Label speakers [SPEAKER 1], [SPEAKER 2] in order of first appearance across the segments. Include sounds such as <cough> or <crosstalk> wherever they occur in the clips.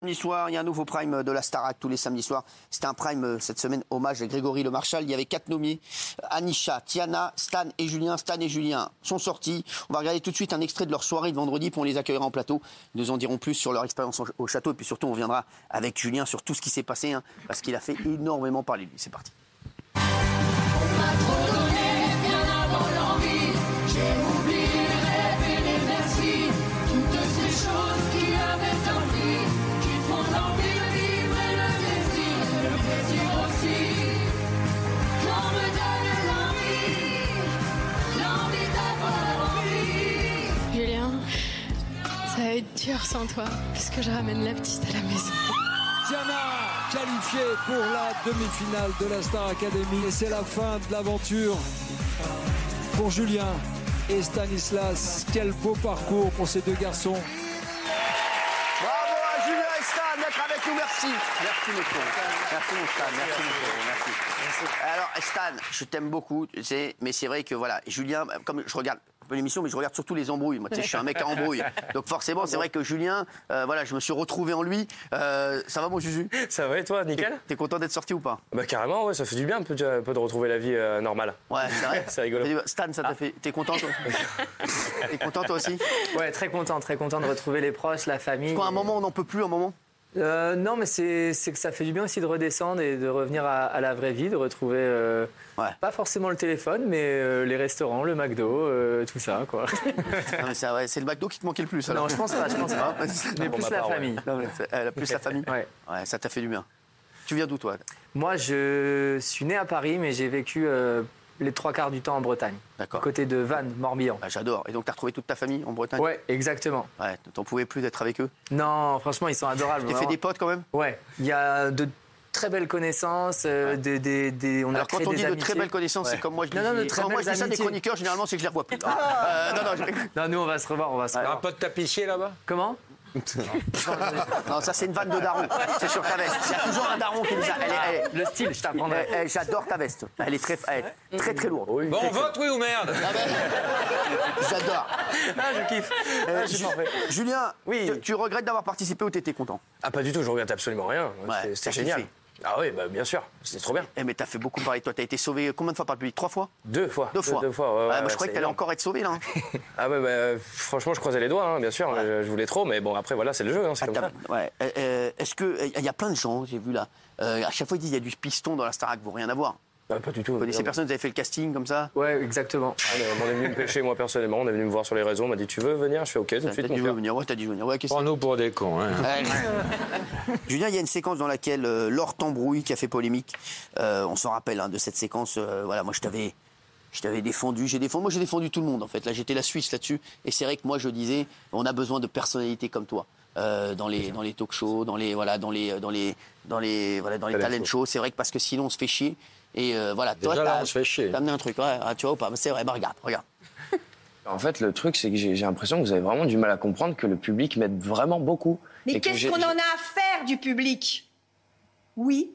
[SPEAKER 1] Samedi soir, il y a un nouveau prime de la Starac tous les samedis soirs. C'est un prime euh, cette semaine, hommage à Grégory Le Marchal. Il y avait quatre nommés Anisha, Tiana, Stan et Julien. Stan et Julien sont sortis. On va regarder tout de suite un extrait de leur soirée de vendredi, puis on les accueillera en plateau. Ils nous en diront plus sur leur expérience au- au château, et puis surtout, on viendra avec Julien sur tout ce qui s'est passé, hein, parce qu'il a fait énormément parler de lui. C'est parti.
[SPEAKER 2] Julien, ça va être dur sans toi, parce que je ramène la petite à la maison.
[SPEAKER 3] Diana qualifiée pour la demi-finale de la Star Academy. Et c'est la fin de l'aventure pour Julien et Stanislas. Quel beau parcours pour ces deux garçons.
[SPEAKER 1] Bravo à Julien et Stan d'être avec nous. Merci. Merci, mon pauvre. Merci, mon Stan. Merci, mon pauvre. Merci. Alors, Stan, je t'aime beaucoup, tu sais, mais c'est vrai que, voilà, Julien, comme je regarde un peu l'émission, mais je regarde surtout les embrouilles. Moi, tu sais, je suis un mec à embrouille. Donc, forcément, c'est vrai que Julien, euh, voilà, je me suis retrouvé en lui. Euh, ça va, mon Juju
[SPEAKER 4] Ça va et toi, nickel
[SPEAKER 1] T'es content d'être sorti ou pas
[SPEAKER 4] Bah carrément, ouais, ça fait du bien un peu, un peu de retrouver la vie euh, normale.
[SPEAKER 1] Ouais, c'est vrai.
[SPEAKER 4] C'est rigolo. Ah.
[SPEAKER 1] Stan, ça t'a fait. T'es content,
[SPEAKER 4] <laughs>
[SPEAKER 1] toi T'es content, toi aussi
[SPEAKER 5] Ouais, très content, très content de retrouver les proches, la famille.
[SPEAKER 1] Quand à un moment, on n'en peut plus, un moment
[SPEAKER 5] Euh, Non, mais c'est c'est que ça fait du bien aussi de redescendre et de revenir à, à la vraie vie, de retrouver euh,
[SPEAKER 1] Ouais.
[SPEAKER 5] pas forcément le téléphone, mais euh, les restaurants, le McDo, euh, tout ça, quoi.
[SPEAKER 1] Non, mais c'est vrai, c'est le McDo qui te manquait le plus, alors.
[SPEAKER 5] <laughs> non, je pense pas, je pense pas. <laughs> bah, Mais
[SPEAKER 4] Pour
[SPEAKER 5] plus
[SPEAKER 4] ma
[SPEAKER 5] la
[SPEAKER 4] part, ouais.
[SPEAKER 5] famille.
[SPEAKER 1] Non, mais c'est- elle a plus
[SPEAKER 5] <laughs>
[SPEAKER 1] la famille.
[SPEAKER 5] Ouais.
[SPEAKER 1] Ouais, ça t'a fait du bien. Tu viens d'où, toi
[SPEAKER 5] Moi, je suis né à Paris, mais j'ai vécu euh, les trois quarts du temps en Bretagne,
[SPEAKER 1] D'accord.
[SPEAKER 5] côté de Vannes, Morbihan.
[SPEAKER 1] Bah, J'adore. Et donc, t'as retrouvé toute ta famille en Bretagne
[SPEAKER 5] Ouais, exactement.
[SPEAKER 1] Ouais, t'en pouvais plus d'être avec eux.
[SPEAKER 5] Non, franchement, ils sont adorables.
[SPEAKER 1] T'as fait
[SPEAKER 5] vraiment.
[SPEAKER 1] des potes quand même
[SPEAKER 5] Ouais, il y a de très belles connaissances, euh, des, des- des- on a
[SPEAKER 1] alors quand
[SPEAKER 5] créé
[SPEAKER 1] on dit
[SPEAKER 5] des
[SPEAKER 1] de
[SPEAKER 5] amitiés.
[SPEAKER 1] très belles connaissances, c'est comme moi je dis.
[SPEAKER 5] Non, non, de très
[SPEAKER 1] quand moi je
[SPEAKER 5] belles
[SPEAKER 1] dis ça des
[SPEAKER 5] amitiés. Ah.
[SPEAKER 1] chroniqueurs, généralement c'est que je les revois plus. Euh, non, non, je-
[SPEAKER 5] Non, nous, on va se revoir, on va se
[SPEAKER 4] Un
[SPEAKER 5] revoir.
[SPEAKER 4] pote tapissier là-bas
[SPEAKER 5] Comment
[SPEAKER 1] non, ça c'est une vanne de daron.
[SPEAKER 5] <laughs>
[SPEAKER 1] C'est sur ta veste. Il y a toujours un daron qui nous a. elle est- elle est-
[SPEAKER 5] Eh, Le style, je
[SPEAKER 1] elle
[SPEAKER 5] t'apprendrai.
[SPEAKER 1] est- elle- J'adore ta veste. Elle est très, elle est très très lourde. Ah ben.
[SPEAKER 4] Bon, on vote oui ou merde
[SPEAKER 1] J'adore.
[SPEAKER 5] <laughs> Ah, je kiffe.
[SPEAKER 1] Euh,
[SPEAKER 5] je m'en vais.
[SPEAKER 1] Julien,
[SPEAKER 4] Oui.
[SPEAKER 1] tu, tu regrettes d'avoir participé ou t'étais content
[SPEAKER 4] Ah pas du tout, je regrette absolument rien. C'était-
[SPEAKER 1] t'as
[SPEAKER 4] C'était génial.
[SPEAKER 1] kiffé.
[SPEAKER 4] Ah oui, bah bien sûr, c'était trop bien.
[SPEAKER 1] Eh mais t'as fait beaucoup parler de toi. T'as été sauvé combien de fois par le public Trois fois
[SPEAKER 4] Deux fois.
[SPEAKER 1] Deux fois.
[SPEAKER 4] Deux fois, ouais, ouais,
[SPEAKER 1] Ah, moi,
[SPEAKER 4] ouais,
[SPEAKER 1] je croyais que
[SPEAKER 4] c'est
[SPEAKER 1] t'allais
[SPEAKER 4] énorme.
[SPEAKER 1] encore être sauvé là. hein.
[SPEAKER 4] Ah ouais, bah, euh, franchement, je croisais les doigts, hein, bien sûr. Je, je voulais trop, mais bon, après, voilà, c'est le jeu, hein, <laughs> c'est comme ça.
[SPEAKER 1] Ouais. Euh, euh, Est-ce que euh, il y a plein de gens, j'ai vu là, euh, à chaque fois ils disent il y a du piston dans la Starac, vous rien à voir.
[SPEAKER 4] Bah, pas du tout.
[SPEAKER 1] Vous connaissez
[SPEAKER 4] Non,
[SPEAKER 1] personne, vous avez fait le casting comme ça
[SPEAKER 5] Ouais, exactement.
[SPEAKER 4] mais On est venu me pêcher, moi, personnellement. On est venu me voir sur les réseaux. On m'a dit, tu veux venir Je fais OK, tout de
[SPEAKER 1] T'as
[SPEAKER 4] suite, mon
[SPEAKER 1] dû
[SPEAKER 4] frère.
[SPEAKER 1] venir, ouais, t'as dû venir. Ouais, qu'est-ce que-
[SPEAKER 6] Prends-nous pour des cons. Hein.
[SPEAKER 1] Ouais.
[SPEAKER 4] <laughs>
[SPEAKER 1] Julien, il y a une séquence dans laquelle euh, Laure t'embrouille qui a fait polémique. Euh, on s'en rappelle hein, de cette séquence. euh, voilà, moi je t'avais. Je t'avais défendu, j'ai défendu, moi j'ai défendu tout le monde en fait. Là j'étais la Suisse là-dessus, et c'est vrai que moi je disais, on a besoin de personnalités comme toi Euh, dans les dans les talk-shows, dans les voilà, dans les dans les dans les voilà dans les
[SPEAKER 6] Talent
[SPEAKER 1] talent shows. C'est vrai que parce que sinon on se fait chier. Et euh, voilà, toi
[SPEAKER 6] Déjà, là,
[SPEAKER 1] t'as-
[SPEAKER 6] on se fait chier.
[SPEAKER 1] t'as amené un truc, ouais, ah, tu vois ou pas Mais C'est vrai, bah, regarde, regarde.
[SPEAKER 7] En fait, le truc, c'est que j'ai j'ai l'impression que vous avez vraiment du mal à comprendre que le public m'aide vraiment beaucoup.
[SPEAKER 8] Mais
[SPEAKER 7] Et que
[SPEAKER 8] qu'est-ce
[SPEAKER 7] j'ai-
[SPEAKER 8] qu'on en a à faire du public Oui.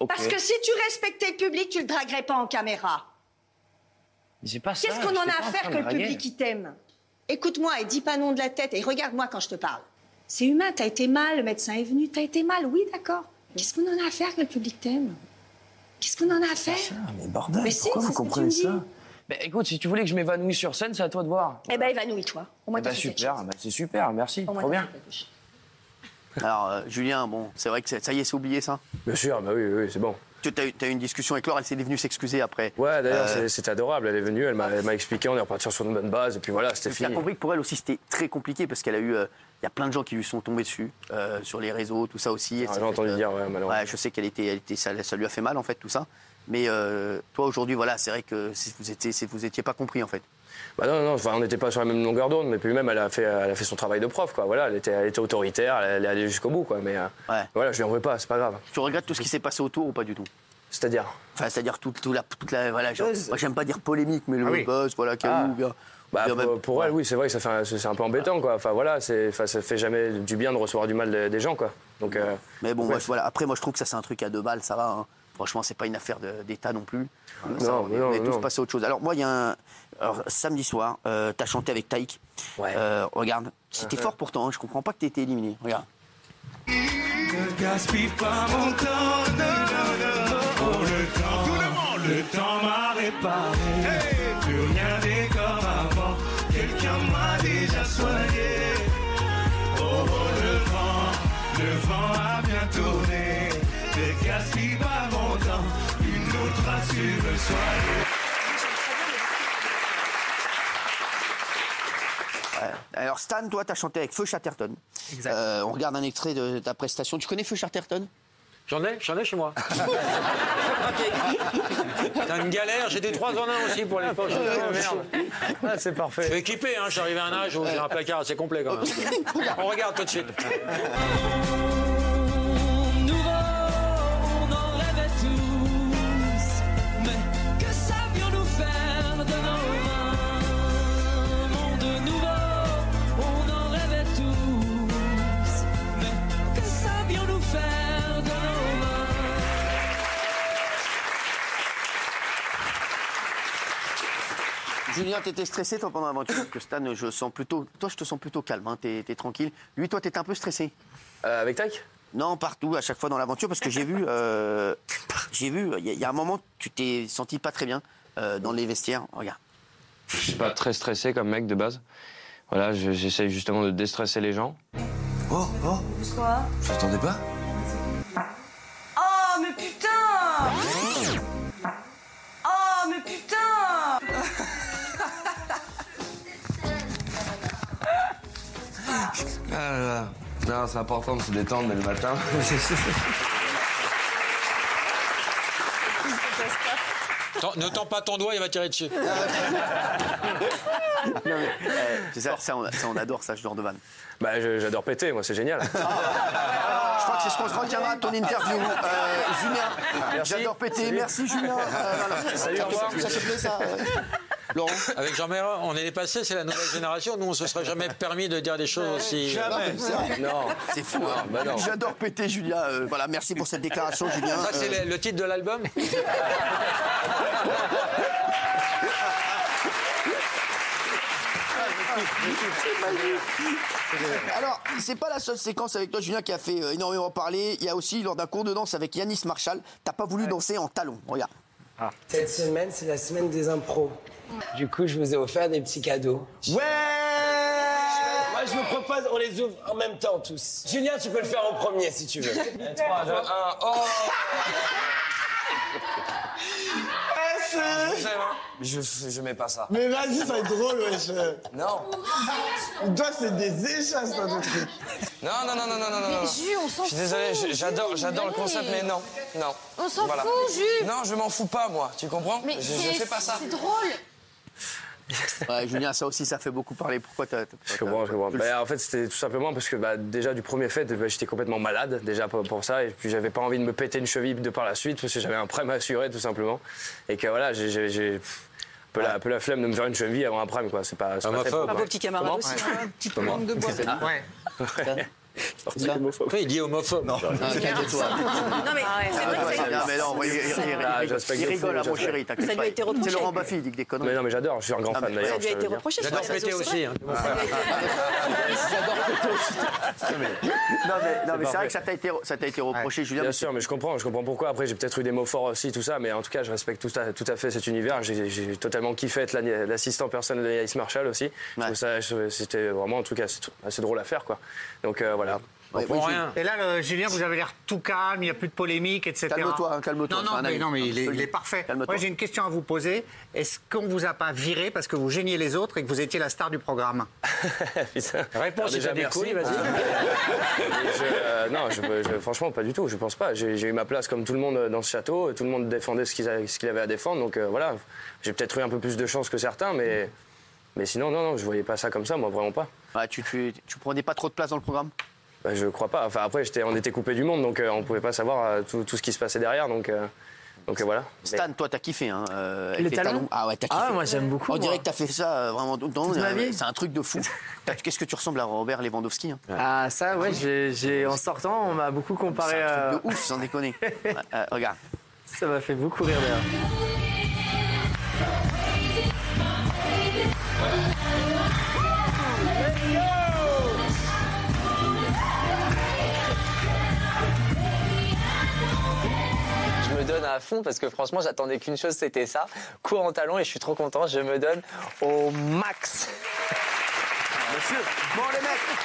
[SPEAKER 7] Ok.
[SPEAKER 8] Parce que si tu respectais le public, tu le draguerais pas en caméra.
[SPEAKER 7] Mais c'est pas ça.
[SPEAKER 8] Qu'est-ce qu'on en
[SPEAKER 7] j'étais
[SPEAKER 8] a
[SPEAKER 7] Ah, pas
[SPEAKER 8] à faire
[SPEAKER 7] train de
[SPEAKER 8] que le
[SPEAKER 7] draguer.
[SPEAKER 8] public il t'aime Écoute-moi et dis pas non de la tête et regarde-moi quand je te parle. C'est humain, t'as été mal, le médecin est venu, t'as été mal, oui, d'accord. Qu'est-ce qu'on en a à faire que le public t'aime Qu'est-ce qu'on en a à faire
[SPEAKER 7] Ah, mais bordel,
[SPEAKER 8] Mais si,
[SPEAKER 7] pourquoi
[SPEAKER 8] c'est
[SPEAKER 7] vous
[SPEAKER 8] ce que tu
[SPEAKER 7] comprenez
[SPEAKER 8] me dis.
[SPEAKER 7] ça Bah écoute, si tu voulais que je m'évanouisse sur scène, c'est à toi de voir.
[SPEAKER 8] Eh ben, évanouis-toi. Au moins,
[SPEAKER 7] Eh bah,
[SPEAKER 8] t'as fait quelque
[SPEAKER 7] super,
[SPEAKER 8] chose.
[SPEAKER 7] bah, c'est super, merci,
[SPEAKER 8] Au moins,
[SPEAKER 7] trop
[SPEAKER 8] t'as
[SPEAKER 7] bien.
[SPEAKER 8] fait quelque chose.
[SPEAKER 1] Alors euh, Julien, bon, c'est vrai que c'est- ça y est, c'est oublié ça.
[SPEAKER 4] Bien sûr, bah oui, oui, c'est bon.
[SPEAKER 1] Tu as, eu une discussion avec Laure, elle s'est venue s'excuser après.
[SPEAKER 4] Ouais, d'ailleurs,
[SPEAKER 1] Euh,
[SPEAKER 4] c'est- c'est adorable. Elle est venue, elle m'a elle m'a expliqué, on est reparti sur une bonne base, et puis voilà, c'était
[SPEAKER 1] Tu as
[SPEAKER 4] fini.
[SPEAKER 1] compris que pour elle aussi c'était très compliqué parce qu'elle a eu. euh, Il y a plein de gens qui lui sont tombés dessus euh, sur les réseaux, tout ça aussi. Et
[SPEAKER 4] Ah,
[SPEAKER 1] ça
[SPEAKER 4] J'ai
[SPEAKER 1] fait,
[SPEAKER 4] entendu
[SPEAKER 1] euh,
[SPEAKER 4] dire, ouais, malheureusement.
[SPEAKER 1] ouais, je sais qu'elle était, elle était, ça, ça lui a fait mal en fait tout ça. Mais euh, toi aujourd'hui, voilà, c'est vrai que c'est- vous étiez, c'est- vous étiez pas compris en fait.
[SPEAKER 4] Bah non, non, non, enfin, on n'était pas sur la même longueur d'onde, mais puis même, elle a fait, elle a fait son travail de prof, quoi. Voilà, elle était, elle était autoritaire, elle, est allée jusqu'au bout, quoi. Mais euh,
[SPEAKER 1] Ouais.
[SPEAKER 4] voilà, je lui en veux pas, c'est pas grave.
[SPEAKER 1] Tu regrettes tout ce qui s'est passé autour ou pas du tout
[SPEAKER 4] C'est-à-dire,
[SPEAKER 1] Enfin, c'est-à-dire toute, toute la, toute la- voilà, genre, moi j'aime pas dire polémique, mais le
[SPEAKER 4] oui.
[SPEAKER 1] buzz, voilà, qu'il y a eu, bien-
[SPEAKER 4] bah,
[SPEAKER 1] bien
[SPEAKER 4] pour,
[SPEAKER 1] même-
[SPEAKER 4] pour elle, oui, c'est vrai que ça fait, un- c'est c'est un peu embêtant, quoi. Enfin voilà, c'est, enfin, ça fait jamais du bien de recevoir du mal de- des gens, quoi. Donc, euh,
[SPEAKER 1] Mais bon,
[SPEAKER 4] ouais.
[SPEAKER 1] moi, je- voilà. Après, moi, je trouve que ça, c'est un truc à deux balles, ça va. hein. Franchement, c'est pas une affaire de- d'État non plus. Euh, ça,
[SPEAKER 4] Non,
[SPEAKER 1] on, est,
[SPEAKER 4] mais non,
[SPEAKER 1] on est tous
[SPEAKER 4] non.
[SPEAKER 1] passés à autre chose. Alors, moi, il y a un. alors, samedi soir, euh, t'as chanté avec Taïk.
[SPEAKER 4] Ouais. Uh-huh.
[SPEAKER 1] Euh, regarde, c'était fort pourtant, hein. je comprends pas que t'aies été éliminé. Regarde.
[SPEAKER 9] Une
[SPEAKER 6] gaspille pas mon temps. Oh, le temps, le temps m'a réparé. Plus rien n'est comme avant. Quelqu'un m'a déjà soigné. Oh, oh, le vent, le vent a bien tourné. Ne gaspille pas mon temps. Une autre a su me soigner.
[SPEAKER 1] Ouais. Alors Stan, toi, t'as chanté avec Feu Chatterton.
[SPEAKER 5] Exact.
[SPEAKER 1] Euh, on regarde un extrait de ta prestation. Tu connais Feu Chatterton
[SPEAKER 5] J'en ai, j'en ai chez
[SPEAKER 4] <laughs>
[SPEAKER 5] moi.
[SPEAKER 9] T'as une galère, j'ai des trois en un aussi pour les poches. Oh, merde.
[SPEAKER 5] Ah, c'est
[SPEAKER 9] Je
[SPEAKER 5] parfait.
[SPEAKER 9] suis équipé, hein, je suis arrivé à un âge où j'ai un placard assez complet quand même. On regarde tout de suite.
[SPEAKER 6] On en rêvait tous, mais que savions-nous faire de nos mains Monde nouveau, on en rêvait tous, mais que savions-nous faire de nos mains
[SPEAKER 1] Julien, t'étais stressé toi pendant l'aventure parce que Stan, je sens plutôt. Toi, je te sens plutôt calme. Hein. T'es t'es tranquille. Lui, toi, t'étais un peu stressé.
[SPEAKER 4] Euh, avec Tac
[SPEAKER 1] Non, partout, à chaque fois dans l'aventure, parce que j'ai vu, euh, j'ai vu, il y, a- il y a un moment, tu t'es senti pas très bien euh, dans les vestiaires. <laughs> Regarde.
[SPEAKER 7] Je suis pas très stressé comme mec de base. Voilà, je- j'essaye justement de déstresser les gens.
[SPEAKER 6] Oh, oh,
[SPEAKER 10] Quoi
[SPEAKER 6] je t'attendais pas
[SPEAKER 10] Oh, mais putain Oh, mais putain
[SPEAKER 7] Ah là là. Non, c'est important de se détendre dès le matin.
[SPEAKER 9] T'en- Ne tends pas ton doigt, il va tirer dessus.
[SPEAKER 1] Non, mais, euh, c'est ça, ça, on, ça, on adore ça, ce genre de vanne.
[SPEAKER 4] Bah, je- j'adore péter, moi, c'est génial.
[SPEAKER 1] Je crois que c'est ce qu'on se retiendra de <laughs> ton interview. Euh, Julien,
[SPEAKER 4] Merci.
[SPEAKER 1] j'adore péter.
[SPEAKER 4] Salut.
[SPEAKER 1] Merci, Julien. Euh, voilà.
[SPEAKER 4] Salut, au revoir.
[SPEAKER 1] Ça, ça, te plaît, ça <laughs> Laurent
[SPEAKER 9] Avec jean mérin on est les passés, c'est la nouvelle génération. Nous, on se serait jamais permis de dire des choses aussi.
[SPEAKER 6] Jamais
[SPEAKER 4] non.
[SPEAKER 1] C'est fou, hein.
[SPEAKER 4] bah non.
[SPEAKER 1] J'adore péter, Julien. Euh, voilà, merci pour cette déclaration, Julien.
[SPEAKER 9] Ça,
[SPEAKER 1] Euh,
[SPEAKER 9] c'est le, le titre de l'album
[SPEAKER 1] Alors, c'est pas la seule séquence avec toi, Julien, qui a fait euh, énormément parler. Il y a aussi, lors d'un cours de danse avec Yanis Marshall, t'as pas voulu danser en talons. Regarde.
[SPEAKER 6] Cette semaine, c'est la semaine des impros. Du coup, je vous ai offert des petits cadeaux. Ouais Moi, Ah, je vous propose, on les ouvre en même temps tous. Julien, tu peux le faire en premier si
[SPEAKER 10] <laughs>
[SPEAKER 6] tu veux. 3, 2, 1, oh
[SPEAKER 9] Ah, hein.
[SPEAKER 6] je, je mets pas ça. Mais vas-y, ça va être drôle, wesh. Non. Toi, c'est des échasses, pas de truc. Non, non, non, non, non, non. non.
[SPEAKER 10] Jus, on s'en
[SPEAKER 6] Je suis désolé, je- j'adore, j'adore le concept, mais non, non.
[SPEAKER 10] On s'en
[SPEAKER 6] Voilà.
[SPEAKER 10] fout, Jus
[SPEAKER 6] Non, je m'en fous pas, moi. Tu comprends
[SPEAKER 10] Mais
[SPEAKER 6] je,
[SPEAKER 10] c'est-
[SPEAKER 6] je fais pas ça.
[SPEAKER 10] C'est drôle
[SPEAKER 1] Ouais, Julien, ça aussi, ça fait beaucoup parler. Pourquoi t'as. t'as-
[SPEAKER 4] Je comprends, je comprends.
[SPEAKER 1] tu le fais
[SPEAKER 4] Bah, en fait, c'était tout simplement parce que bah, déjà du premier fait, bah, j'étais complètement malade déjà pour, pour ça, et puis j'avais pas envie de me péter une cheville de par la suite parce que j'avais un prime assuré tout simplement, et que voilà, j'ai- j'ai j'ai pff, un, peu la- un peu la flemme de me faire une cheville avant un prime quoi. C'est pas. c'est pas très
[SPEAKER 9] Homophobe.
[SPEAKER 4] propre.
[SPEAKER 9] Un beau
[SPEAKER 10] petit camarade
[SPEAKER 4] Comment
[SPEAKER 10] aussi, petite manque de bois.
[SPEAKER 4] Sorti homophobe.
[SPEAKER 9] Oui, il dit homophobe.
[SPEAKER 1] Ah, calme-toi.
[SPEAKER 10] Non, mais c'est vrai que
[SPEAKER 1] Ah,
[SPEAKER 10] ça
[SPEAKER 1] bien, mais non, il- il- il- il-
[SPEAKER 4] Ah,
[SPEAKER 1] il-
[SPEAKER 4] j'aspecte
[SPEAKER 1] il
[SPEAKER 4] de fou,
[SPEAKER 1] rigole, hein, mon
[SPEAKER 4] j'aspecte.
[SPEAKER 1] chéri, t'inquiète
[SPEAKER 10] Ça lui a
[SPEAKER 1] pas.
[SPEAKER 10] été reproché.
[SPEAKER 1] C'est Laurent Baffy, il dit que des conneries.
[SPEAKER 4] Mais non, mais j'adore, je suis un grand
[SPEAKER 1] Ah,
[SPEAKER 4] fan
[SPEAKER 1] mais ça
[SPEAKER 10] lui
[SPEAKER 4] d'ailleurs.
[SPEAKER 10] a
[SPEAKER 4] je
[SPEAKER 10] été
[SPEAKER 4] veux dire.
[SPEAKER 10] reproché. sur
[SPEAKER 9] J'adore
[SPEAKER 10] les réseaux,
[SPEAKER 9] péter
[SPEAKER 10] c'est vrai.
[SPEAKER 9] aussi. hein.
[SPEAKER 1] Non, mais, non, mais c'est vrai
[SPEAKER 4] parfait.
[SPEAKER 1] que ça t'a été, ça t'a été reproché, Julien.
[SPEAKER 4] Bien
[SPEAKER 1] mais
[SPEAKER 4] sûr, mais je comprends, je comprends pourquoi. Après, j'ai peut-être eu des mots forts aussi, tout ça, mais en tout cas, je respecte tout à, tout à fait cet univers. J'ai j'ai totalement kiffé être l'ani- l'assistant personnel de Yanis Marshall aussi. Je
[SPEAKER 1] Ouais.
[SPEAKER 4] trouve ça- je- C'était vraiment un truc assez, assez drôle à faire, quoi. Donc euh, voilà.
[SPEAKER 1] Ouais,
[SPEAKER 9] Pour
[SPEAKER 1] oui,
[SPEAKER 9] rien.
[SPEAKER 6] Et là,
[SPEAKER 1] euh,
[SPEAKER 6] Julien, vous avez l'air tout calme, il n'y a plus de polémique, etc.
[SPEAKER 1] Calme-toi, hein, calme-toi,
[SPEAKER 6] Non,
[SPEAKER 1] c'est
[SPEAKER 6] non,
[SPEAKER 1] un
[SPEAKER 6] mais,
[SPEAKER 1] ami.
[SPEAKER 6] non, mais il, est,
[SPEAKER 1] Absolument.
[SPEAKER 6] il est parfait.
[SPEAKER 1] Calme-toi.
[SPEAKER 6] Moi, j'ai une question à vous poser. Est-ce qu'on vous a pas viré parce que vous gêniez les autres et que vous étiez la star du programme
[SPEAKER 4] <laughs> Putain.
[SPEAKER 9] Réponse,
[SPEAKER 4] Alors,
[SPEAKER 9] si t'as des
[SPEAKER 4] merci.
[SPEAKER 9] couilles, vas-y.
[SPEAKER 4] <laughs> Je- euh, non, je, je- franchement, pas du tout. Je pense pas. J'ai j'ai eu ma place comme tout le monde euh, dans ce château. et Tout le monde défendait ce qu'il a- ce qu'il avait à défendre. Donc euh, voilà, j'ai peut-être eu un peu plus de chance que certains, mais, mais sinon, non, non, je voyais pas ça comme ça, moi, vraiment pas.
[SPEAKER 1] Ouais, Ah, tu, tu, tu prenais pas trop de place dans le programme
[SPEAKER 4] Bah, je crois pas. Enfin, après, j'étais- on était coupé du monde, donc euh, on pouvait pas savoir euh, tout, tout ce qui se passait derrière. Donc, euh, donc euh, voilà. Mais-
[SPEAKER 1] Stan, toi, t'as kiffé, hein, euh, avec
[SPEAKER 5] Les
[SPEAKER 1] tes
[SPEAKER 5] talons
[SPEAKER 1] Ah ouais, t'as kiffé.
[SPEAKER 5] Ah, moi, j'aime beaucoup,
[SPEAKER 1] On
[SPEAKER 5] moi.
[SPEAKER 1] dirait que t'as fait ça euh, vraiment tout le temps.
[SPEAKER 5] ma vie.
[SPEAKER 1] C'est un truc de
[SPEAKER 5] <laughs>
[SPEAKER 1] fou. T'as- Qu'est-ce que tu ressembles à Robert Lewandowski hein
[SPEAKER 5] Ah, ça, ouais, j'ai- j'ai- en sortant, on m'a beaucoup comparé
[SPEAKER 1] C'est un
[SPEAKER 5] à.
[SPEAKER 1] truc de ouf, sans
[SPEAKER 5] <laughs>
[SPEAKER 1] déconner. Ouais, euh, regarde.
[SPEAKER 5] Ça m'a fait beaucoup rire d'ailleurs.
[SPEAKER 11] donne à fond parce que franchement, j'attendais qu'une chose, c'était ça. Cours en talons et je suis trop content. Je me donne au max.
[SPEAKER 1] Monsieur, bon les mecs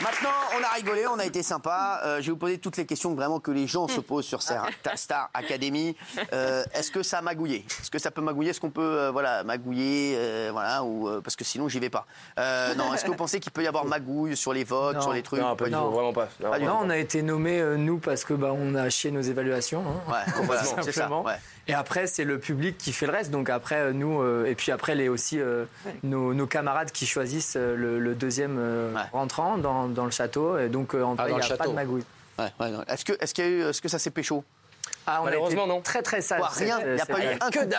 [SPEAKER 1] Maintenant, on a rigolé, on a été sympa. Euh, je vais vous poser toutes les questions vraiment que les gens se posent sur
[SPEAKER 5] <laughs>
[SPEAKER 1] Star Star Academy. Euh, Est-ce que ça a magouillé Est-ce que ça peut magouiller Est-ce qu'on peut euh, voilà, magouiller euh, voilà, ou, euh, Parce que sinon, j'y vais pas. Euh, non, Est-ce que vous pensez qu'il peut y avoir magouille sur les votes,
[SPEAKER 5] Non.
[SPEAKER 1] sur les trucs
[SPEAKER 5] Non, pas du tout, vraiment
[SPEAKER 4] pas.
[SPEAKER 1] Pas Ah, du
[SPEAKER 5] Non,
[SPEAKER 1] tout.
[SPEAKER 5] on a été nommés, euh, nous, parce que bah, on a chié nos évaluations. hein. <laughs>
[SPEAKER 1] Ouais, voilà, c'est ça,
[SPEAKER 5] Simplement.
[SPEAKER 1] ouais.
[SPEAKER 5] Et après, c'est le public qui fait le reste. Donc après, euh, nous, euh, et puis après, les aussi euh, nos, nos camarades qui choisissent euh, le, le deuxième euh, rentrant dans, dans le château. Et donc, euh, en
[SPEAKER 1] Ah,
[SPEAKER 5] vrai,
[SPEAKER 1] dans le
[SPEAKER 5] il n'y a pas
[SPEAKER 1] château.
[SPEAKER 5] de magouille.
[SPEAKER 1] Est-ce que, est qu'il y a eu- est-ce que ça s'est pécho
[SPEAKER 5] Ah, on a
[SPEAKER 1] Malheureusement,
[SPEAKER 5] été
[SPEAKER 1] non.
[SPEAKER 5] Très, très
[SPEAKER 4] Ah,
[SPEAKER 5] sale.
[SPEAKER 1] Quoi, rien
[SPEAKER 5] cette-
[SPEAKER 1] Il n'y a
[SPEAKER 5] cette
[SPEAKER 1] pas eu
[SPEAKER 5] année.
[SPEAKER 1] un coup. Arrête,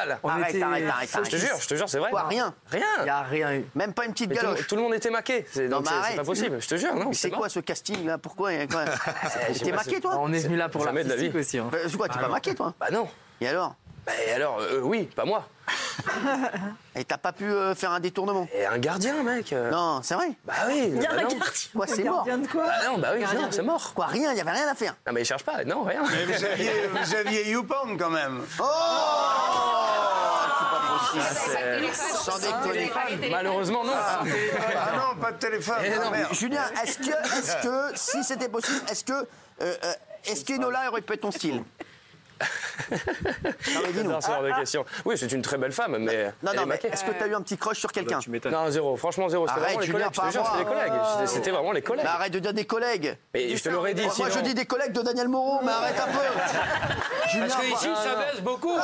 [SPEAKER 5] était-
[SPEAKER 1] arrête, arrête, arrête. Quoi, rien
[SPEAKER 4] Rien.
[SPEAKER 5] Il n'y a rien eu.
[SPEAKER 1] Même pas une petite
[SPEAKER 4] Mais tout-
[SPEAKER 1] galoche.
[SPEAKER 4] tout le monde était maqué. C'est
[SPEAKER 1] Non,
[SPEAKER 4] donc
[SPEAKER 1] mais
[SPEAKER 4] c'est- c'est
[SPEAKER 1] arrête.
[SPEAKER 4] pas possible, je te jure, non,
[SPEAKER 1] Mais
[SPEAKER 4] c'est
[SPEAKER 1] C'est
[SPEAKER 4] pas.
[SPEAKER 1] quoi ce casting là Pourquoi il y a quoi
[SPEAKER 4] <laughs> je sais
[SPEAKER 1] T'es
[SPEAKER 4] pas,
[SPEAKER 1] maqué
[SPEAKER 4] c'est-
[SPEAKER 1] toi
[SPEAKER 4] On est venu là pour Jamais de la vie. l'artistique aussi, hein.
[SPEAKER 1] Bah, C'est quoi T'es
[SPEAKER 4] Ah
[SPEAKER 1] pas
[SPEAKER 4] non.
[SPEAKER 1] maqué toi
[SPEAKER 4] Bah non.
[SPEAKER 1] Et alors
[SPEAKER 4] Bah alors, euh, oui, pas moi.
[SPEAKER 1] Et t'as pas pu euh, faire un détournement
[SPEAKER 4] Et un gardien, mec. euh.
[SPEAKER 1] Non, c'est vrai.
[SPEAKER 4] Bah oui.
[SPEAKER 1] Il y a
[SPEAKER 4] bah
[SPEAKER 1] un
[SPEAKER 4] non.
[SPEAKER 1] gardien. Quoi, c'est mort
[SPEAKER 4] de quoi Bah non, bah oui, non, c'est mort.
[SPEAKER 1] Quoi, rien, il y avait rien à faire.
[SPEAKER 4] Non, mais il cherche pas, non, rien.
[SPEAKER 12] Mais
[SPEAKER 4] <laughs>
[SPEAKER 12] vous aviez, vous aviez YouPorn quand même.
[SPEAKER 4] Oh Ah,
[SPEAKER 1] Sans déconner.
[SPEAKER 4] Malheureusement, non.
[SPEAKER 12] Ah,
[SPEAKER 4] <laughs>
[SPEAKER 12] ah non, pas de téléphone.
[SPEAKER 1] Eh
[SPEAKER 12] ah
[SPEAKER 1] non,
[SPEAKER 12] merde.
[SPEAKER 1] Julien, est-ce que, est-ce que, si c'était possible, est-ce que, euh, euh, est-ce qu'Enola aurait pu être ton style
[SPEAKER 4] <laughs> J'adore ce genre de questions. Oui, c'est une très belle femme, mais.
[SPEAKER 1] Ah, Non,
[SPEAKER 4] elle
[SPEAKER 1] non,
[SPEAKER 4] est
[SPEAKER 1] mais
[SPEAKER 4] maquée.
[SPEAKER 1] est-ce que t'as eu un petit crush sur quelqu'un
[SPEAKER 4] Non, zéro. Franchement, zéro. C'était
[SPEAKER 1] Arrête,
[SPEAKER 4] vraiment les
[SPEAKER 1] Julien,
[SPEAKER 4] collègues. Je
[SPEAKER 1] pas Oh.
[SPEAKER 4] te jure, c'était les
[SPEAKER 1] moi.
[SPEAKER 4] collègues. C'était- C'était vraiment les collègues.
[SPEAKER 1] Mais Bah, arrête de dire des collègues.
[SPEAKER 4] Mais je te l'aurais dit.
[SPEAKER 1] Moi, je
[SPEAKER 4] sinon.
[SPEAKER 1] dis des collègues de Daniel Moreau, mais arrête un peu. Julien,
[SPEAKER 4] Parce que ici,
[SPEAKER 11] Ah,
[SPEAKER 1] pas-
[SPEAKER 4] ça baisse beaucoup.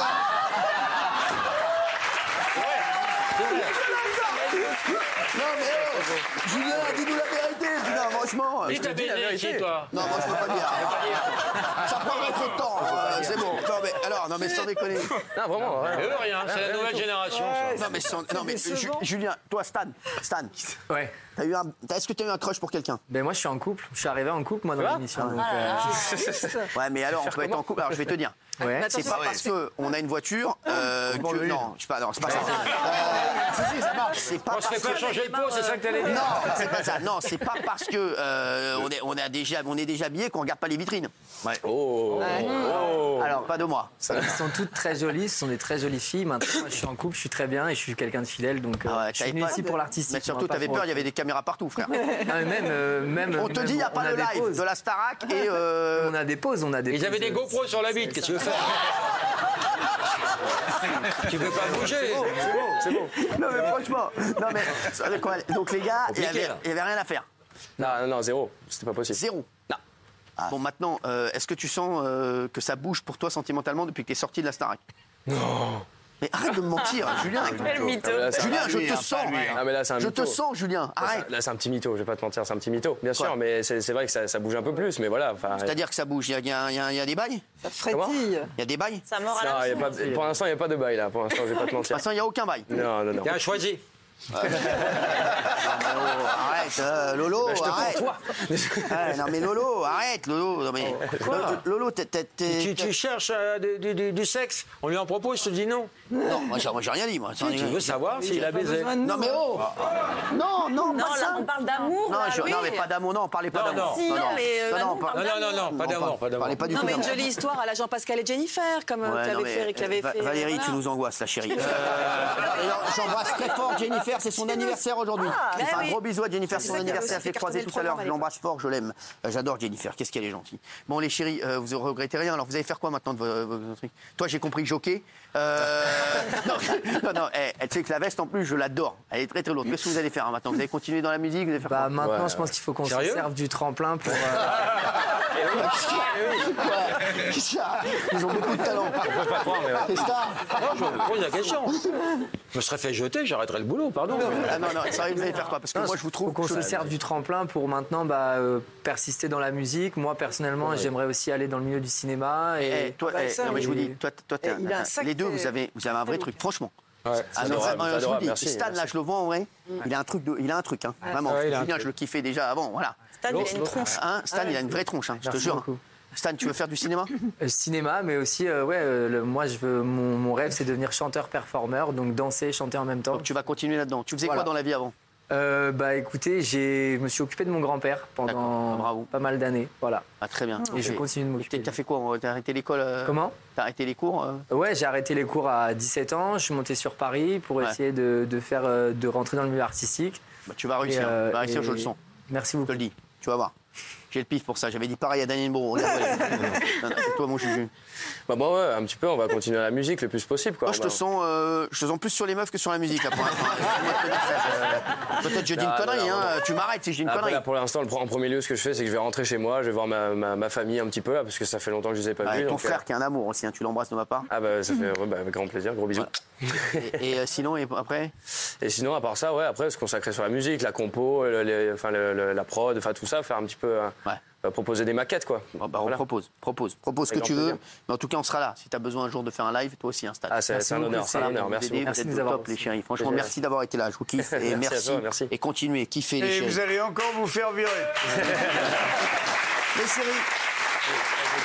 [SPEAKER 1] Non, mais oh, Julien, dis-nous la vérité, Julien, franchement. euh,
[SPEAKER 6] Il t'a baisé ici, toi.
[SPEAKER 1] Non, moi, je peux pas dire. Ça prendrait trop de temps, euh, c'est bon. Non, mais alors, non, mais sans déconner.
[SPEAKER 4] Non, vraiment.
[SPEAKER 9] Mais eux, rien, c'est la nouvelle génération.
[SPEAKER 1] Non, mais, sans- non, mais Ju- Julien, toi, Stan, Stan.
[SPEAKER 5] Ouais.
[SPEAKER 1] T'as eu un- t'as- Est-ce que t'as eu un crush pour quelqu'un
[SPEAKER 5] Ben moi, je suis en couple. Je suis arrivé en couple, moi, dans
[SPEAKER 1] Ah.
[SPEAKER 5] l'émission. donc,
[SPEAKER 1] Ah là
[SPEAKER 5] euh,
[SPEAKER 1] là. Ouais, mais alors, on peut être en couple. Alors, je vais te dire.
[SPEAKER 5] Ouais. Mais
[SPEAKER 1] C'est
[SPEAKER 5] attention,
[SPEAKER 1] pas
[SPEAKER 5] c'est
[SPEAKER 1] parce
[SPEAKER 5] parce
[SPEAKER 1] qu'on a une voiture euh, que. Non, je sais pas, non, c'est pas ça. Euh, C'est pas
[SPEAKER 9] On se fait
[SPEAKER 1] parce
[SPEAKER 9] pas
[SPEAKER 1] que-
[SPEAKER 9] changer de peau, c'est ça que t'allais dire
[SPEAKER 1] Non, c'est pas ça. Non, c'est pas parce que euh, on est on a déjà on est déjà habillé qu'on regarde pas les vitrines.
[SPEAKER 4] Oh.
[SPEAKER 5] Oh.
[SPEAKER 1] Alors pas de moi.
[SPEAKER 5] Elles Bah, sont toutes très jolies, ce sont des très jolies filles. Maintenant, moi, je suis en couple, je suis très bien et je suis quelqu'un de fidèle, donc euh, je suis
[SPEAKER 1] Ah t'avais
[SPEAKER 5] venu
[SPEAKER 1] pas
[SPEAKER 5] ici
[SPEAKER 1] de-
[SPEAKER 5] pour l'artistique.
[SPEAKER 1] Mais surtout, t'avais peur, il y avait des caméras partout,
[SPEAKER 5] <laughs>
[SPEAKER 1] frère.
[SPEAKER 5] mais même, euh, même-
[SPEAKER 1] on te
[SPEAKER 5] même,
[SPEAKER 1] dit, il n'y a pas
[SPEAKER 5] on
[SPEAKER 1] de
[SPEAKER 5] des
[SPEAKER 1] live
[SPEAKER 5] pauses.
[SPEAKER 1] de la Starac et. euh,
[SPEAKER 5] <laughs> On a des pauses, on a des.
[SPEAKER 9] Ils avaient des GoPros sur la bite, qu'est-ce que tu veux faire Tu peux pas bouger
[SPEAKER 1] C'est bon. <laughs> Non, mais franchement, non, mais. ça veut dire quoi Donc, les gars, il n'y
[SPEAKER 4] Compliqué,
[SPEAKER 1] avait,
[SPEAKER 4] là.
[SPEAKER 1] il y avait rien à faire.
[SPEAKER 4] Non, non, non, zéro. C'était pas possible.
[SPEAKER 1] Zéro. Bon, maintenant, euh, est-ce que tu sens euh, que ça bouge pour toi sentimentalement depuis que tu es sorti de la Starac
[SPEAKER 4] Non.
[SPEAKER 1] Mais arrête de me mentir,
[SPEAKER 5] Ah,
[SPEAKER 1] Julien. Julien, je te sens.
[SPEAKER 4] Ah, mais là, c'est un
[SPEAKER 1] Je te
[SPEAKER 4] mytho.
[SPEAKER 1] sens, Julien.
[SPEAKER 4] Là,
[SPEAKER 1] Arrête.
[SPEAKER 4] c'est- Là, c'est un petit mytho, je vais pas te mentir, c'est un petit mytho, bien sûr, mais c'est c'est vrai que ça, ça bouge un peu plus, mais voilà. enfin,
[SPEAKER 1] C'est-à-dire que ça bouge. Il y, a- il y a un- il y a il y a des bails Ça frétille. Il y a des bails Ça
[SPEAKER 4] Non, il y a pas- pour l'instant, il n'y a pas de bail là, pour l'instant, je vais pas te
[SPEAKER 1] De <laughs> toute
[SPEAKER 4] mentir.
[SPEAKER 1] façon, il n'y a aucun bail.
[SPEAKER 4] Non, non, non.
[SPEAKER 9] Tiens, Ah, choisis.
[SPEAKER 1] Ah, Arrête, euh, Lolo,
[SPEAKER 4] Bah, je te prends,
[SPEAKER 1] arrête.
[SPEAKER 4] toi.
[SPEAKER 1] <laughs> Ouais, non mais Lolo, arrête, Lolo. Non, mais... Lolo, Lolo, t'es- t'es- t'es-
[SPEAKER 9] Tu, tu cherches euh, du, du- du- du sexe On lui en propose, je te dis non.
[SPEAKER 1] Non, moi j'ai moi, j'ai rien dit, moi.
[SPEAKER 9] Tu veux savoir s'il a baisé
[SPEAKER 1] Non mais oh Non, non,
[SPEAKER 10] Non,
[SPEAKER 1] pas
[SPEAKER 10] là,
[SPEAKER 1] ça.
[SPEAKER 10] on parle d'amour.
[SPEAKER 1] Non,
[SPEAKER 10] là,
[SPEAKER 1] je-
[SPEAKER 10] oui.
[SPEAKER 1] non, mais pas d'amour, non, parlez pas
[SPEAKER 9] Ah Non,
[SPEAKER 1] d'amour.
[SPEAKER 10] non. Si, non, mais, euh,
[SPEAKER 1] non,
[SPEAKER 10] Manon
[SPEAKER 1] pas-
[SPEAKER 10] parle
[SPEAKER 9] Non, non, non, pas d'amour, pas d'amour.
[SPEAKER 1] Parlez pas du
[SPEAKER 10] Non,
[SPEAKER 1] tout
[SPEAKER 10] mais une
[SPEAKER 1] d'amour.
[SPEAKER 10] jolie histoire à la Jean-Pascal et Jennifer, comme euh,
[SPEAKER 1] Ouais, non,
[SPEAKER 10] qu'avait
[SPEAKER 1] mais,
[SPEAKER 10] fait Eric,
[SPEAKER 1] euh,
[SPEAKER 10] l'avait
[SPEAKER 1] Va-
[SPEAKER 10] fait. ah.
[SPEAKER 1] Valérie, tu nous angoisses, la
[SPEAKER 10] <laughs>
[SPEAKER 1] chérie. Euh, alors, J'embrasse très fort Jennifer, c'est son anniversaire aujourd'hui.
[SPEAKER 10] Ah,
[SPEAKER 1] Je lui fais
[SPEAKER 10] bah
[SPEAKER 1] un
[SPEAKER 10] oui.
[SPEAKER 1] gros bisou à Jennifer,
[SPEAKER 10] C'est
[SPEAKER 1] son
[SPEAKER 10] ça qui a aussi
[SPEAKER 1] anniversaire. Elle
[SPEAKER 10] fait
[SPEAKER 1] fait
[SPEAKER 10] cartonner
[SPEAKER 1] croiser
[SPEAKER 10] le
[SPEAKER 1] tout à l'heure.
[SPEAKER 10] programme à
[SPEAKER 1] Je l'embrasse fort, je l'aime. Euh, J'adore Jennifer, qu'est-ce qu'elle est gentille. Bon, les chéris, euh, vous regrettez rien. Alors, vous allez faire quoi maintenant de vos, vos- vos trucs Toi, j'ai compris, jockey. <laughs> Euh, non, non, non, eh, elle sait que la veste, en plus, je l'adore. Elle est très, très lourde. Qu'est-ce que vous allez faire hein, maintenant Vous allez continuer dans la musique vous allez faire
[SPEAKER 5] Bah,
[SPEAKER 1] quoi
[SPEAKER 5] maintenant, je pense qu'il faut qu'on se
[SPEAKER 1] Sérieux
[SPEAKER 5] serve du tremplin
[SPEAKER 1] <laughs>
[SPEAKER 5] pour. euh,
[SPEAKER 1] Ouais. Qu'est-ce qu'il y a Ils ont beaucoup de talent.
[SPEAKER 9] Je peux pas croire,
[SPEAKER 5] hein.
[SPEAKER 9] mais ouais.
[SPEAKER 1] T'es star
[SPEAKER 9] Non, je me pose la question. Je me serais fait jeter, j'arrêterais le boulot, pardon.
[SPEAKER 1] Ah non, non, sérieux, vous allez faire quoi Parce que
[SPEAKER 5] Non,
[SPEAKER 1] moi, je vous trouve.
[SPEAKER 5] faut qu'on
[SPEAKER 1] que-
[SPEAKER 5] se serve du tremplin pour maintenant bah, euh, persister dans la musique. Moi, personnellement,
[SPEAKER 1] Ouais.
[SPEAKER 5] j'aimerais aussi aller dans le milieu du cinéma. Et
[SPEAKER 1] Eh, toi, eh, non, mais je vous dis, toi, toi, t'es un- un- les deux, vous avez, vous avez un vrai truc, franchement. Ah non,
[SPEAKER 4] adorable,
[SPEAKER 1] vraiment, je vous
[SPEAKER 4] adorable,
[SPEAKER 1] dis,
[SPEAKER 4] merci,
[SPEAKER 1] Stan, là,
[SPEAKER 4] merci.
[SPEAKER 1] je le vois, ouais. Il a un truc, de, il a un truc, hein. Vraiment,
[SPEAKER 4] Ouais, il a un
[SPEAKER 1] Julien,
[SPEAKER 4] truc.
[SPEAKER 1] je le kiffais déjà avant, voilà.
[SPEAKER 10] Stan, il a une tronche.
[SPEAKER 1] Hein, Stan,
[SPEAKER 10] Ah ouais.
[SPEAKER 1] il a une vraie tronche, hein, je te
[SPEAKER 5] Merci
[SPEAKER 1] jure.
[SPEAKER 5] beaucoup.
[SPEAKER 1] Stan, tu veux faire du cinéma
[SPEAKER 5] Euh, Cinéma, mais aussi, euh, ouais, euh, le- moi, je veux, mon, mon rêve, c'est de devenir chanteur-performeur, donc danser, chanter en même temps.
[SPEAKER 1] Tu vas continuer là-dedans. Tu faisais quoi dans la vie avant
[SPEAKER 5] Euh, Bah écoutez, j'ai- je me suis occupé de mon grand-père pendant pas mal d'années. Voilà.
[SPEAKER 1] Ah, très bien.
[SPEAKER 5] Et je
[SPEAKER 1] Ah, Ok.
[SPEAKER 5] continue de m'occuper.
[SPEAKER 1] T'as fait quoi euh, T'as arrêté l'école
[SPEAKER 5] Comment
[SPEAKER 1] T'as arrêté les cours euh
[SPEAKER 5] Ouais, j'ai arrêté les cours à 17 ans. Je suis monté sur Paris pour essayer de, de faire, euh, de rentrer dans le milieu artistique.
[SPEAKER 1] Bah, tu vas réussir, hein.
[SPEAKER 5] euh,
[SPEAKER 1] tu vas réussir, je le sens.
[SPEAKER 5] Merci beaucoup.
[SPEAKER 1] Je te le dis, tu vas voir. J'ai le pif pour ça. J'avais dit pareil à Daniel Moreau. toi, mon Juju.
[SPEAKER 4] Bah, bon, ouais, un petit peu, on va continuer la musique le plus possible, quoi.
[SPEAKER 1] Moi, je te
[SPEAKER 4] Bah,
[SPEAKER 1] sens, euh, je te sens plus sur les meufs que sur la musique, là, pour
[SPEAKER 4] <laughs>
[SPEAKER 1] l'instant. Peut-être je dis une
[SPEAKER 4] Non,
[SPEAKER 1] connerie,
[SPEAKER 4] non, non,
[SPEAKER 1] hein.
[SPEAKER 4] non.
[SPEAKER 1] Tu m'arrêtes si je dis une
[SPEAKER 4] Après,
[SPEAKER 1] connerie.
[SPEAKER 4] là, pour l'instant, le pro- en premier lieu, ce que je fais, c'est que je vais rentrer chez moi, je vais voir ma, ma- ma famille un petit peu, là, parce que ça fait longtemps que je les ai pas
[SPEAKER 1] Ah, et
[SPEAKER 4] vus.
[SPEAKER 1] ton
[SPEAKER 4] donc,
[SPEAKER 1] frère
[SPEAKER 4] euh,
[SPEAKER 1] qui est un amour aussi, hein, tu l'embrasses de ma
[SPEAKER 4] <laughs>
[SPEAKER 1] part.
[SPEAKER 4] Ah bah ça fait ouais, bah, avec grand plaisir, gros bisous.
[SPEAKER 1] Et, euh, sinon, et après
[SPEAKER 4] Et sinon, à part ça, ouais, après, se consacrer sur la musique, la compo, le- les- enfin, le- le- la prod, enfin tout ça, faire un petit peu... euh, bah, proposer des maquettes, quoi.
[SPEAKER 1] bah, on propose, propose, Propose ce que tu veux, mais en tout cas, on sera là. Si tu as besoin un jour de faire un live, toi aussi, un stade.
[SPEAKER 4] Ah, c'est- Merci c'est un beaucoup, honneur, c'est un honneur. Merci beaucoup.
[SPEAKER 1] Merci
[SPEAKER 4] Merci de
[SPEAKER 1] vous
[SPEAKER 4] nous
[SPEAKER 1] êtes au
[SPEAKER 4] avoir
[SPEAKER 1] top,
[SPEAKER 4] reçus.
[SPEAKER 1] les chéris. Franchement,
[SPEAKER 4] Plaisir.
[SPEAKER 1] merci d'avoir été là. Je vous
[SPEAKER 4] <laughs>
[SPEAKER 1] kiffe.
[SPEAKER 4] Merci
[SPEAKER 1] Et
[SPEAKER 4] à
[SPEAKER 1] merci.
[SPEAKER 4] toi, merci.
[SPEAKER 1] Et continuez, kiffez, les
[SPEAKER 12] Et
[SPEAKER 1] chéris. <laughs>
[SPEAKER 12] vous allez encore vous faire virer.
[SPEAKER 1] Les chéris.